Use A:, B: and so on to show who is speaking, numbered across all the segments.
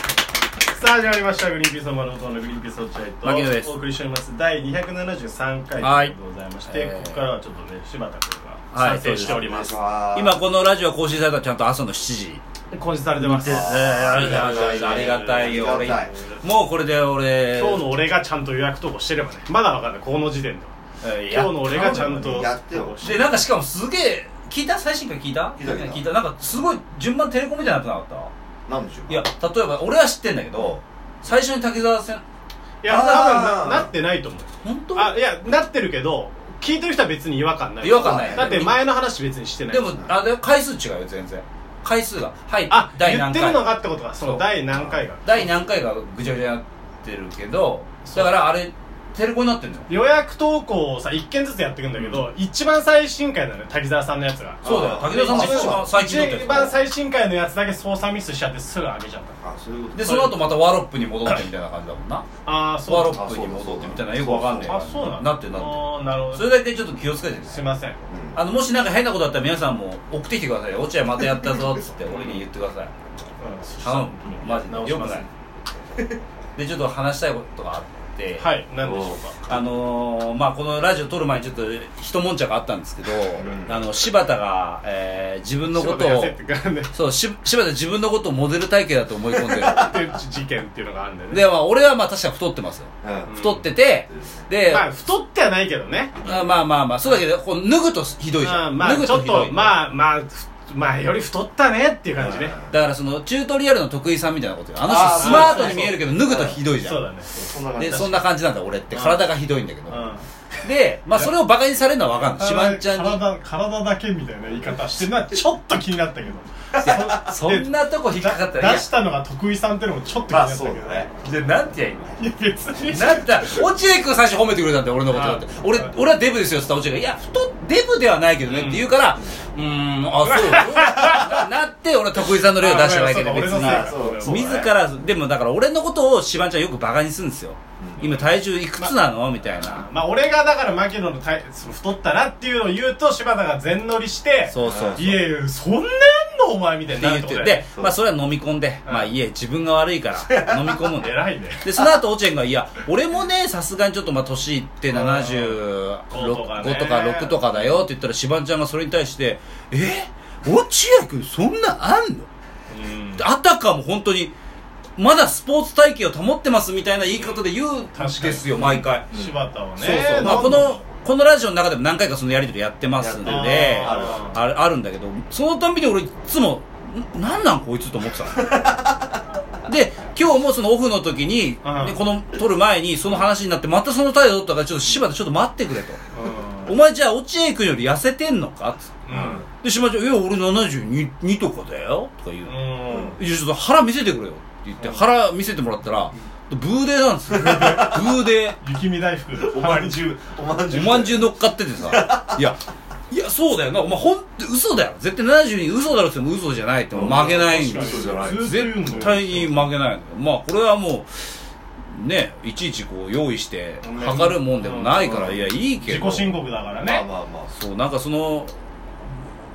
A: さあ始まりました「グリーンピースの丸本のグリーンピース落合」
B: 牧野で
A: と
B: す
A: お送りしております第273
B: は
A: 回
B: い
A: でございまして、
B: えー
A: ここからはちょっとね柴田君が
B: はい
A: 参戦しております、
B: 今このラジオ更新されたらちゃんと朝の7時
A: 今週されてます
B: えーありがたいありがたいよ
C: あり
B: 俺
C: がたい
B: もうこれで俺
A: 今日の俺がちゃんと予約投稿してればねまだ分かんないこの時点では
B: えー
A: 今日の俺がちゃんと
C: やってよ
B: でなんかしかもすげえ聞いた最新回聞いた
C: 聞いた聞いた
B: なんかすごい順番テレコみたいになってなかっ
C: なんでしょう
B: たいや例えば俺は知ってんだけど最初に滝沢さん
A: いや多分
C: あー
A: ななってないと思う
B: 本当
A: あいやなってるけど聞いてる人は別に違和感ない
B: 違和感ない
A: だって前の話別にしてない
B: でもあでも回数違うよ全然回数がはい
A: あ
B: 第
A: 言っ
B: 何
A: てるの
B: 回
A: がってことかその第何回が
B: 第何回がぐちゃぐちゃになってるけどだからあれテレコになってんのよ
A: 予約投稿をさ1件ずつやっていくんだけど、一番最新回なのよ滝沢さんのやつが
B: そうだよ
C: あー
B: 滝沢さん
C: 一
B: が
C: 番
B: 最近の
A: 一番最新回のやつだけ操作ミスしちゃってすぐ上げちゃった
C: あそういうこと
B: でその後またワロップに戻ってみたいな感じだもんな
A: ああ
B: ワ
A: そ
B: ロ
A: う
B: ップに戻ってみたいなよくわかんねえ
A: あそうなの
B: なってなって
A: ああなるほど
B: それだけちょっと気をつけてね
A: すいません
B: あのもしなんか変なことあったら皆さんも送ってきてくださいよ落合またやったぞっつって俺に言ってください頼むマジで
A: 直し
B: よ
A: ま
B: く
A: す
B: ないでちょっと話したいことがあって
A: はい何でしょうか
B: あのーまあこのラジオ撮る前にちょっと一悶着あったんですけど、
C: ん
B: あの柴田が、えー自分のこと
A: 柴
B: を
A: 田康ってね
B: そうし柴田自分のことをモデル体型だと思い込んで る
A: って事件っていうのがあるんだよね
B: で、まあ、俺はまあ確か太ってますよ
C: うん
B: 太ってて、で、
A: まあ太ってはないけどね
B: あまあまあまあそうだけどこう脱ぐとひどいじゃ、
A: うんんまあ
B: 脱ぐ
A: ちょっ
B: ひどい
A: とまあまあふまあより太ったねっていう感じね
B: だからそのチュートリアルの得意さんみたいなことよあの
C: あー
B: 人スマートに見えるけど
C: そう
B: 脱
C: そ
B: ぐ
C: う
B: とひどいじゃ
A: そうんだね
C: そんな感じ
B: で
C: だ
B: そんな感じなんだ俺って体がひどいんだけど
A: うん
B: でまあそれをバカにされるのは分かんないシマンちゃんに
A: 体体だけみたいな言い方してるのはちょっと気になったけど
B: そんなとこ引っかかった
A: 出
B: らいや
A: したのが徳井さんってのもちょっと気に
C: ま
A: な
C: あ
A: った
C: そ
A: け
C: う
A: ど
C: だね
B: でなんてや今
A: いや別に
B: なんだ落合君最初褒めてくれたんだよ俺のことだって
A: あ
B: 俺俺はデブですよっつったら落合君「いや太っデブではないけどね」って言うからうーんあそうななって俺は徳井さんの例を出してないけど別に
C: だそうそう
B: 自らでもだから俺のことをシバンちゃんよくバカにするんですよ今体重いくつなのみたいな
A: まあ俺がだから牧野の体その太ったなっていうのを言うと柴田が全乗りして
B: そうそうそう
A: いやいやそんなんのお前みたい
B: っ
A: に
B: て
A: なるっ
B: 言ってて
A: こと
B: る
A: だよ
B: でまあそれは飲み込んでまあいえ自分が悪い から飲み込むんだよ
A: 偉いね
B: でその後落合君が「いや俺もねさすがにちょっとまあ年いって
A: とかね
B: 75とか6とかだよ」って言ったらしばんちゃんがそれに対して「え落合君そんなあんの?」あたかも本当にまだスポーツ体型を保ってますみたいな言い方で言うんですよ毎回、
A: 柴田はね
B: そうそう、まあ、
A: なん
B: このこのラジオの中でも何回かそのやり取りやってますんで
A: あ
B: で
A: ー
B: あ
C: る
B: るあるんだけどそのたんびに俺いつもんなんなんこいつと思ってた ので今日もそのオフの時に、
A: うん
B: でこの撮る前にその話になってまたその態度取ったからちょっと柴田ちょっと待ってくれと
A: う
B: お前じゃあ落合君より痩せてんのかつって
A: んうん
B: で柴田ちゃん「いや俺72とかだよ」とか言う、
A: うん
B: いやちょっと腹見せてくれよって言って腹見せてもらったらブーデーなんですよブーデー
A: 雪見大福
C: おまんじゅうおまんじゅ
B: お
C: う
B: まんじゅう乗っかっててさ いやいやそうだよなお前ほんと嘘だよ絶対72嘘だろって言っても嘘じゃないってもう負けないんだよ
C: 嘘じゃない
A: ずっと言うんだよ
B: 絶対に負けないのよまあこれはもうねいちいちこう用意して測るもんでもないからいやいいけ
A: 自
B: ど
A: 己申告だから
C: まあ
A: ね
C: まあまあ
B: そうなんかその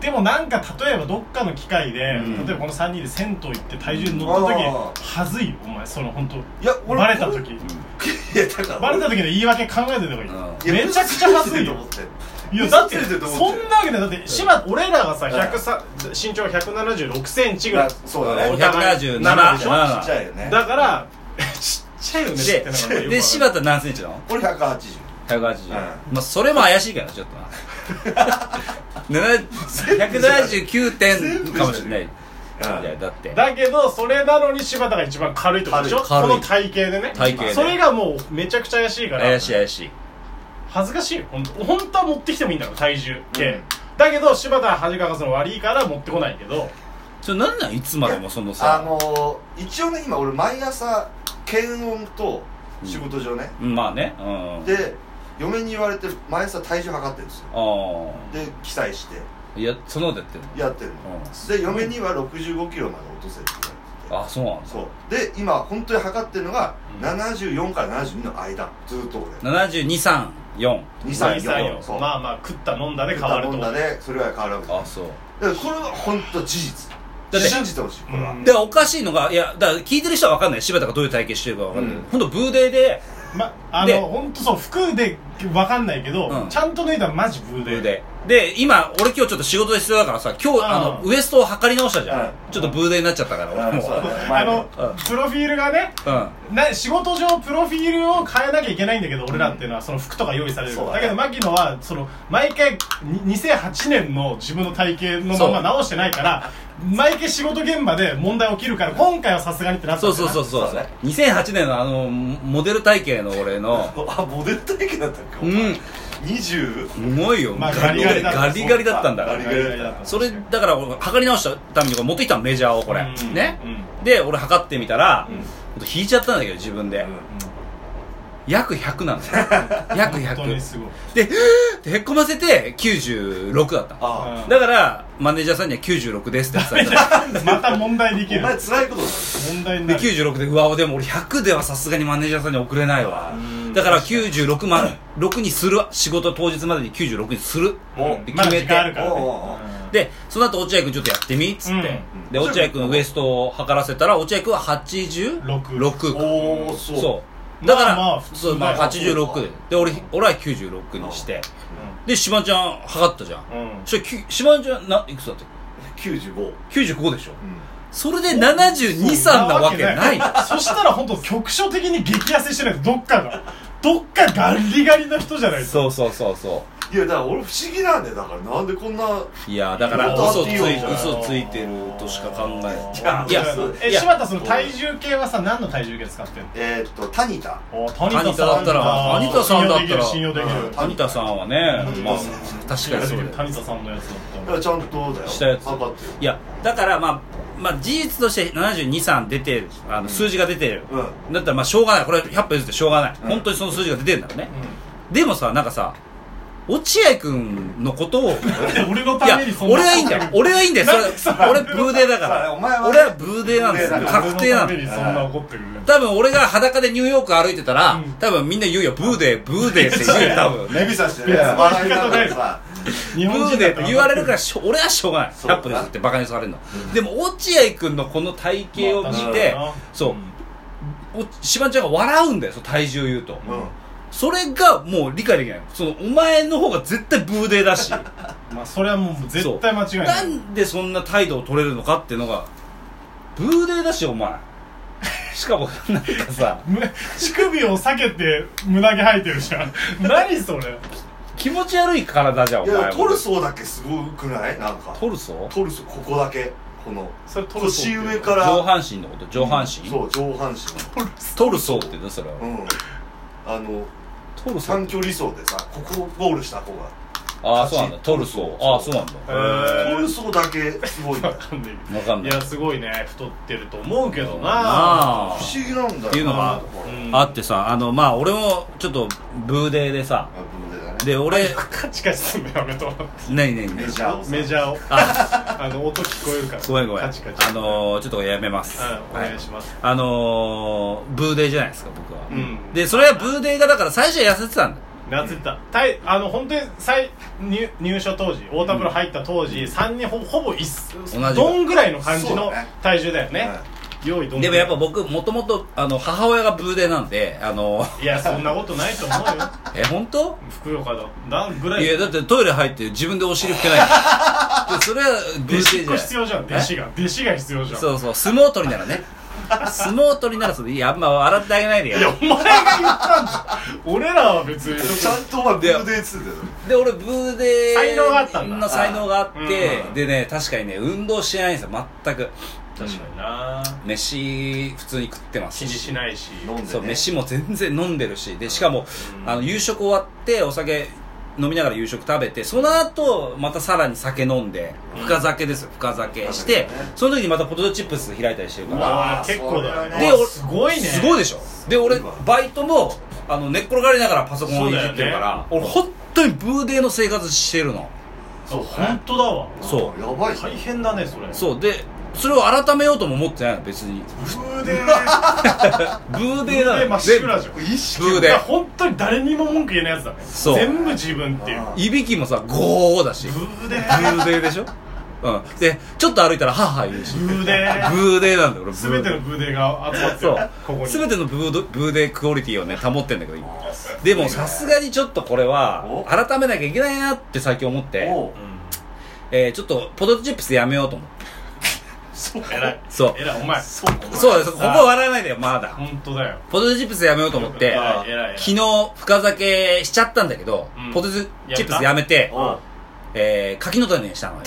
A: でもなんか例えばどっかの機会で、
B: うん
A: 例えばこの3人で銭湯行って体重乗った時
C: あー
A: はずいよお前その本当
C: いや俺
A: バレた時
C: いやだから
A: バレた時の言い訳考えてた方がいい
B: うん
A: めちゃくちゃ恥ずいよ
C: と思って
A: いやだって
C: 嘘ついてると
A: そ
C: 思って
A: んなわけないだって柴俺らがさ103身長1 7 6ンチぐらい
C: そうだね
B: 177
A: 七でしょ
C: ちっちゃいよね
A: だから ちっちゃいよねってなんかよくわかんな
B: で
A: い
B: で柴田何センチなの
C: 俺180
B: 180、
C: ん
B: まあそれも怪しいけどなちょっとな 7 179点かもしれないい
C: うん
B: やだって
A: だけどそれなのに柴田が一番軽いってことでしょこ
B: 軽い
A: の体型でね
B: 体型で
A: それがもうめちゃくちゃ怪しいから
B: 怪しい怪しい
A: 恥ずかしいよ本当本当は持ってきてもいいんだろ体重計、
C: うん
A: だけど柴田は恥かかすの悪いから持ってこないけど
B: それなんなんいつまでもその
C: あ
B: さ、
C: のー一応ね今俺毎朝検温と仕事上ね
B: うんまあねうん
C: で嫁に言われて毎朝体重測ってるんですよ
B: あ
C: で記載して
B: あいやそのことやってんの
C: やってるので嫁には6 5キロまで落とせって言わ
B: あ
C: れてて
B: そうなんだ
C: そうで今本当に測ってるのが
A: うん
C: 74から72の間ずっと俺
B: 7234234
C: 234そう
A: まあまあ食った飲んだで
C: 食
A: 変
C: っ
A: わる
C: た
A: と
C: もんだねそれは変わるわけだ
B: あそう
C: からこれは本当事実
B: だって
C: 信じてほしいこれは、
A: うん
B: でおかしいのがいやだから聞いてる人は分かんない柴田がどういう体験してるか分かんない、
C: うん
B: ほんとブーデーで
A: ま、あ
B: で
A: の本当そう服でわかんないけど、
B: うん
A: ちゃんと脱いだらマジブー
B: ブ
A: で
B: ーデーで今俺今日ちょっと仕事で必要だからさ今日
A: ん
B: あのウエストを測り直したじゃん、
C: うん
B: ちょっとブーデーになっちゃったから俺
C: うん
B: も
C: そうだね
A: あ
C: 前
A: の
C: ね、
B: うん
A: プロフィールがね
B: うん
A: な仕事上プロフィールを変えなきゃいけないんだけど俺らっていうのはその服とか用意されるか
C: そう
A: ら
C: だ
A: だ
C: ね
A: けど牧野はその毎回に2008年の自分の体型のま
B: そ
A: ま
B: う
A: 直してないから毎回仕事現場で問題起きるから今回はさすがにってなった
B: そ
A: ん
B: う
A: だよ
B: そう
A: な
B: そうそう
C: そうだね
B: 2008年のあのモデル体型の俺の
C: あモデル体験だったっけ、
B: うん
C: 20
B: すごいよ、
A: まあガリガリだった
B: ガリガリだったんだか
C: ガ
B: ら
C: リガリだった
B: それだから俺測り直したためにこれ持ってきたのメジャーをこれ、
A: うん
B: ね、
A: う
B: で俺測ってみたら、
C: うん
B: ほんと引いちゃったんだけど自分で、約100な んだよ約
A: 本当に
B: 100
A: すごい
B: で ふーってへっこませて96だったの
C: あ
A: うん
B: だからマネージャーさんには96ですって伝えた
A: また問題でき
C: お
A: る
C: 前辛いことだよ
A: 問題に
B: で
A: なる
B: 96でうわでも俺100ではさすがにマネージャーさんに送れないわ
A: うん
B: だから96万6にする仕事当日までに96にする
C: お
A: うん
B: 決めて
A: まだ時間あるからね
C: おうおうおう
A: うん
B: でその後落合君ちょっとやってみっつって、
C: うん
B: で落合君のウエストを測らせたら落合君は86
A: 六
B: か
C: おおそう
B: そうだから、
A: まあまあ普通
B: そうま
A: だよ
B: あ86でで俺俺は96にしてでしばんちゃん測ったじゃん
A: うん
B: そしたらきしばんちゃんないくつだったっ
C: 95、うん、
B: け95でしょそれで723なわけない
A: そしたら本当局所的に激痩せしてないどっかがどっかガリガリの人じゃないと
B: そうそうそうそ
C: いやだから俺不思議なんだよだからなんでこんな
B: ういやだから
C: いや
B: 嘘つ
C: だっ
B: い
C: てよ
B: 嘘ついてるとしか考えない
C: や
B: いや
A: え
B: いや
A: 柴田その体重計はさ何の体重計使ってんの
C: えー、っとタニタ
A: お谷
B: 谷田だったら谷田さんだったら
A: 信用できる信用
C: うん
A: で
B: 谷田さんはね
C: うん
B: まあ確
A: き
B: か
A: る
B: にそうだよ
A: 谷田さんのやつだっ
C: い
A: たら
C: やちゃんとだよ
B: したやつ
C: 分かってる
B: いやだからまあまあ事実として723出てるあの数字が出てる、
C: う
B: だったらまあしょうがないこれ100歩譲ってしょうがない、
C: うん
B: 本当にその数字が出てるんだろうね、でもさなんかさ落合君のこと をい
A: で俺のた
B: や
A: めにそんな
B: 俺はいいんだよ俺はいいんだよそれ
A: なんでさ
B: 俺ブーデーだか
C: それ
B: ら
C: お前はね
B: 俺はブーデーなんです
C: ブーデーだから
B: 確定な
A: 俺のために
B: の
A: そんな怒ってくれる
B: 多分俺が裸でニューヨーク歩いてたら、
A: うん
B: 多分みんな言うよブーデーブーデーって言うよ多分ね
C: 指さしてね
A: いや
C: 笑いながらさ
A: 日
B: ブー
A: 人
B: デ
A: だ
B: ー
A: っ
B: と
A: た
B: 言われるかららしょ俺はしょうがない
C: そう
B: 100
C: だな
B: 歩譲ってバカにされるの、
C: うん
B: でも落合君のこの体型を見て、
A: まあ
B: そうおしばんちゃんが笑うんだよその体重言うと、
C: う
B: それがもう理解できないそのお前の方が絶対ブーデーだ し
A: まあそれはもう絶対間違いな
B: ないんでそんな態度を取れるのかっていうのがブーデーだしお前しかもなんかさ
A: む乳首を避けて胸毛生えてるじゃん何それ
B: 気持ち悪い体じゃんお
C: んいや
B: 前
C: トルソーだけすごくないなんか
B: トルソ
C: トルソーここだけこの
A: それトルソー
C: 腰
A: って
C: 上から
B: 上半身のこと上半身、
C: そう上半身
B: トルソーって言うのそれは、
C: うんあの
B: トルソー
C: 短距離走でさここをゴールした方が
B: ああそうなんだトルソーああそ
C: そうう
B: なんだ
A: へー
C: トルソーだけすごいん だ
A: わ
C: よ
A: かんない
B: わかん
A: い
B: ない
A: やすごいね太ってると思うけど
B: な
A: な
C: 不思議なんだよな
B: っていうのが
C: だから
A: うん
B: あってさあのまあ俺もちょっとブーデーでさ
C: あブーデーだね
B: で俺
A: カチカチすんのやめと
B: 何何
C: メ
B: 何
C: ジャーをさ
A: メジャーをあの音聞こえるから
B: ごめんごめん
A: カチカチ
B: あのー、ちょっとやめます、
A: うんお願いします
B: はいあのー、ブーデーじゃないですか僕は、
A: うん
B: でそれはブーデーがだから最初は痩せてたんだよ
A: 夏ったたいあの本当に最入入所当時太田風呂入った当時3人ほほぼ一
B: じだ
A: どんぐらいの感じ
C: そ
A: の
C: うだね
A: 体重だよね
C: は
A: 用意どんぐ
B: で
A: らい
B: もやっぱ僕もともとあの母親がブーデーなんであのー、
A: いやそんなことないと思うよ
B: え本当
A: 福岡だだぐらい
B: いやだってトイレ入って自分でお尻拭け ないでそれはブーデ
A: 弟子っ子
B: ーじゃない
A: 必要じゃん弟子が弟子が必要じゃん
B: そうそう相撲取りならね相撲取りならそれいやあんま笑ってあげないでよ
A: いやお前が言ったんだ俺らは別に
C: ちゃんとお前ブーデーっつってたよ
B: で俺ブーデー
A: 才能があったんだ
B: の才能があって
A: うん
B: でね確かにね運動してないんですよ全く
A: 確かにな
B: 飯普通に食ってます
A: 気にしないし
C: 飲んで、ね、
B: そう飯も全然飲んでるしでしかも、
A: うん
B: あの夕食終わってお酒飲みながら夕食食べてその後またさらに酒飲んで深酒ですよ深酒して、
C: 深酒ね
B: その時にまたポテトチップス開いたりしてるか
A: う
B: ら
A: わ
C: あー
A: 結構だよ
C: そ
A: ね
B: で
C: れ
A: で
C: は
B: 俺
A: すごいね
B: すごいでしょで俺
C: すごいわ
B: バイトもあの寝っ転がりながらパソコンをいじってるから、
A: そうだよね
B: 俺本当にブーデーの生活してるの
A: そう本当だわ
B: そ
C: やばい
A: 大変だねそれ
B: そうでそれを改めようとも思ってないの別に
A: うでー
B: ブーデーなの
A: で真っ白じゃん
C: 意識
B: ブー
A: い
B: デ
A: や
B: ー
A: 本当に誰にも文句言えないやつだね
B: そう
A: 全部自分っていう
C: あ
B: いびきもさゴーだし
A: ブ
B: ブ
A: ーでー
B: ーデーでしょうん、でちょっと歩いたら母言うし
A: ブーデー
B: ブーデーなんだよ俺ブ
A: 全てのブーデーが集まってる
B: そう
A: ここに
B: 全てのブードブーデークオリティをね保ってんだけど今でもさすがにちょっとこれは
C: お
B: 改めなきゃいけないなって最近思って、
C: おう
A: うん
B: えー、ちょっとポテトチップスやめようと思って
C: そう
A: えらい
B: そう
A: えらいお前
C: そう
B: そうですここ笑わないでよまだ
A: 本当だよ
B: ポテトチップスやめようと思って
A: 偉い偉い偉い
B: 昨日深酒しちゃったんだけど、
A: うん
B: ポテトチップスやめて
C: おう
B: えー、柿の種にしたのよ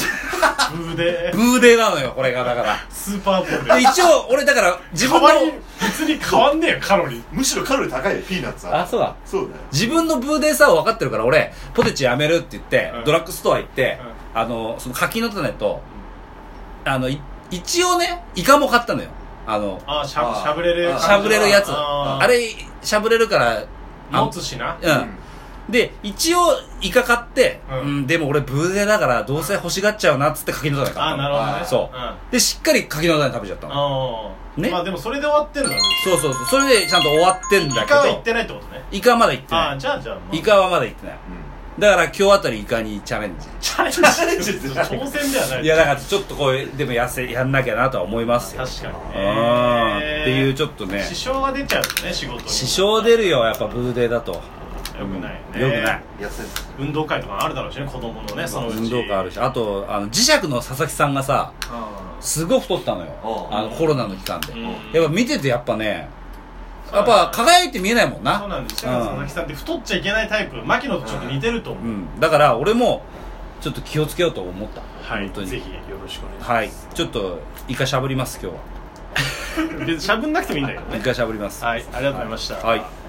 A: ブーデー
B: ブーデーなのよこれがだか
A: スーパーボール
B: らで
A: で
B: 一応俺だから自分
A: 変
B: の
A: わり別に変わんねえよカロリー
C: むしろカロリー高いよピーナッツは
B: あそうだ
C: そうだよ
B: 自分のブーデーさを分かってるから俺ポテチやめるって言って、
A: うん
B: ドラッグストア行って、あのその柿の種とあのい一応ねイカも買ったのよあの
A: あしゃしゃぶれる
C: あ
A: 感じ
B: しゃぶれるやつ
A: あ
B: あ
A: ー
B: れしゃぶれるからあ
A: 持つしな
B: うん、で一応イカ買って、
A: うん
B: うん、でも俺ブーデーだからどうせ欲しがっちゃうなっつって柿の種買ったの
A: あなるほどね
B: あそう
A: うんあ
B: でしっかり柿の種食べちゃったの
A: ー
B: ね
A: まあでもそれで終わってんだね
B: そうそうそうそれでちゃんと終わってん
A: イ
B: だけ
A: カは行っ
B: ど
A: てないってことね
B: イカはまだ行って
A: あ
B: な
A: あじゃあじゃあまあ
B: いイカはまだ行ってないだから今日あたりイカにチャレンジ
A: チャレンジチ
C: ャレンジって
A: 当選ではない
B: いやだからちょっとこうでもやせやんなきゃなとは思いますよ
A: 確かに
B: う
A: ね
B: んっていうちょっとね
A: 支障が出ちゃうとね仕事に
B: 支障出るよやっぱブーデーだと
A: よくないね
B: よくない
C: やってんの
A: 運動会とかあるだろうしね子供のねそのうち
B: 運動会あるしあとあの磁石の佐々木さんがさすごい太ったのよ
C: ああ
B: あのコロナの期間で
A: うん
B: やっぱ見ててやっぱねやっぱ輝いて見えないもん
A: そう
B: な
A: なんですよ佐々木さんって太っちゃいけないタイプ牧野とちょっと似てると
B: う
A: 思うん
B: だから俺もちょっと気をつけようと思った
A: はい
B: 本当に
A: ぜひよろしくお願いします
B: はいちょっとイカしゃぶります今日は
A: 別にしゃぶんなくてもいいんだけどね
B: イカしゃぶります
A: はいありがとうございました
B: はい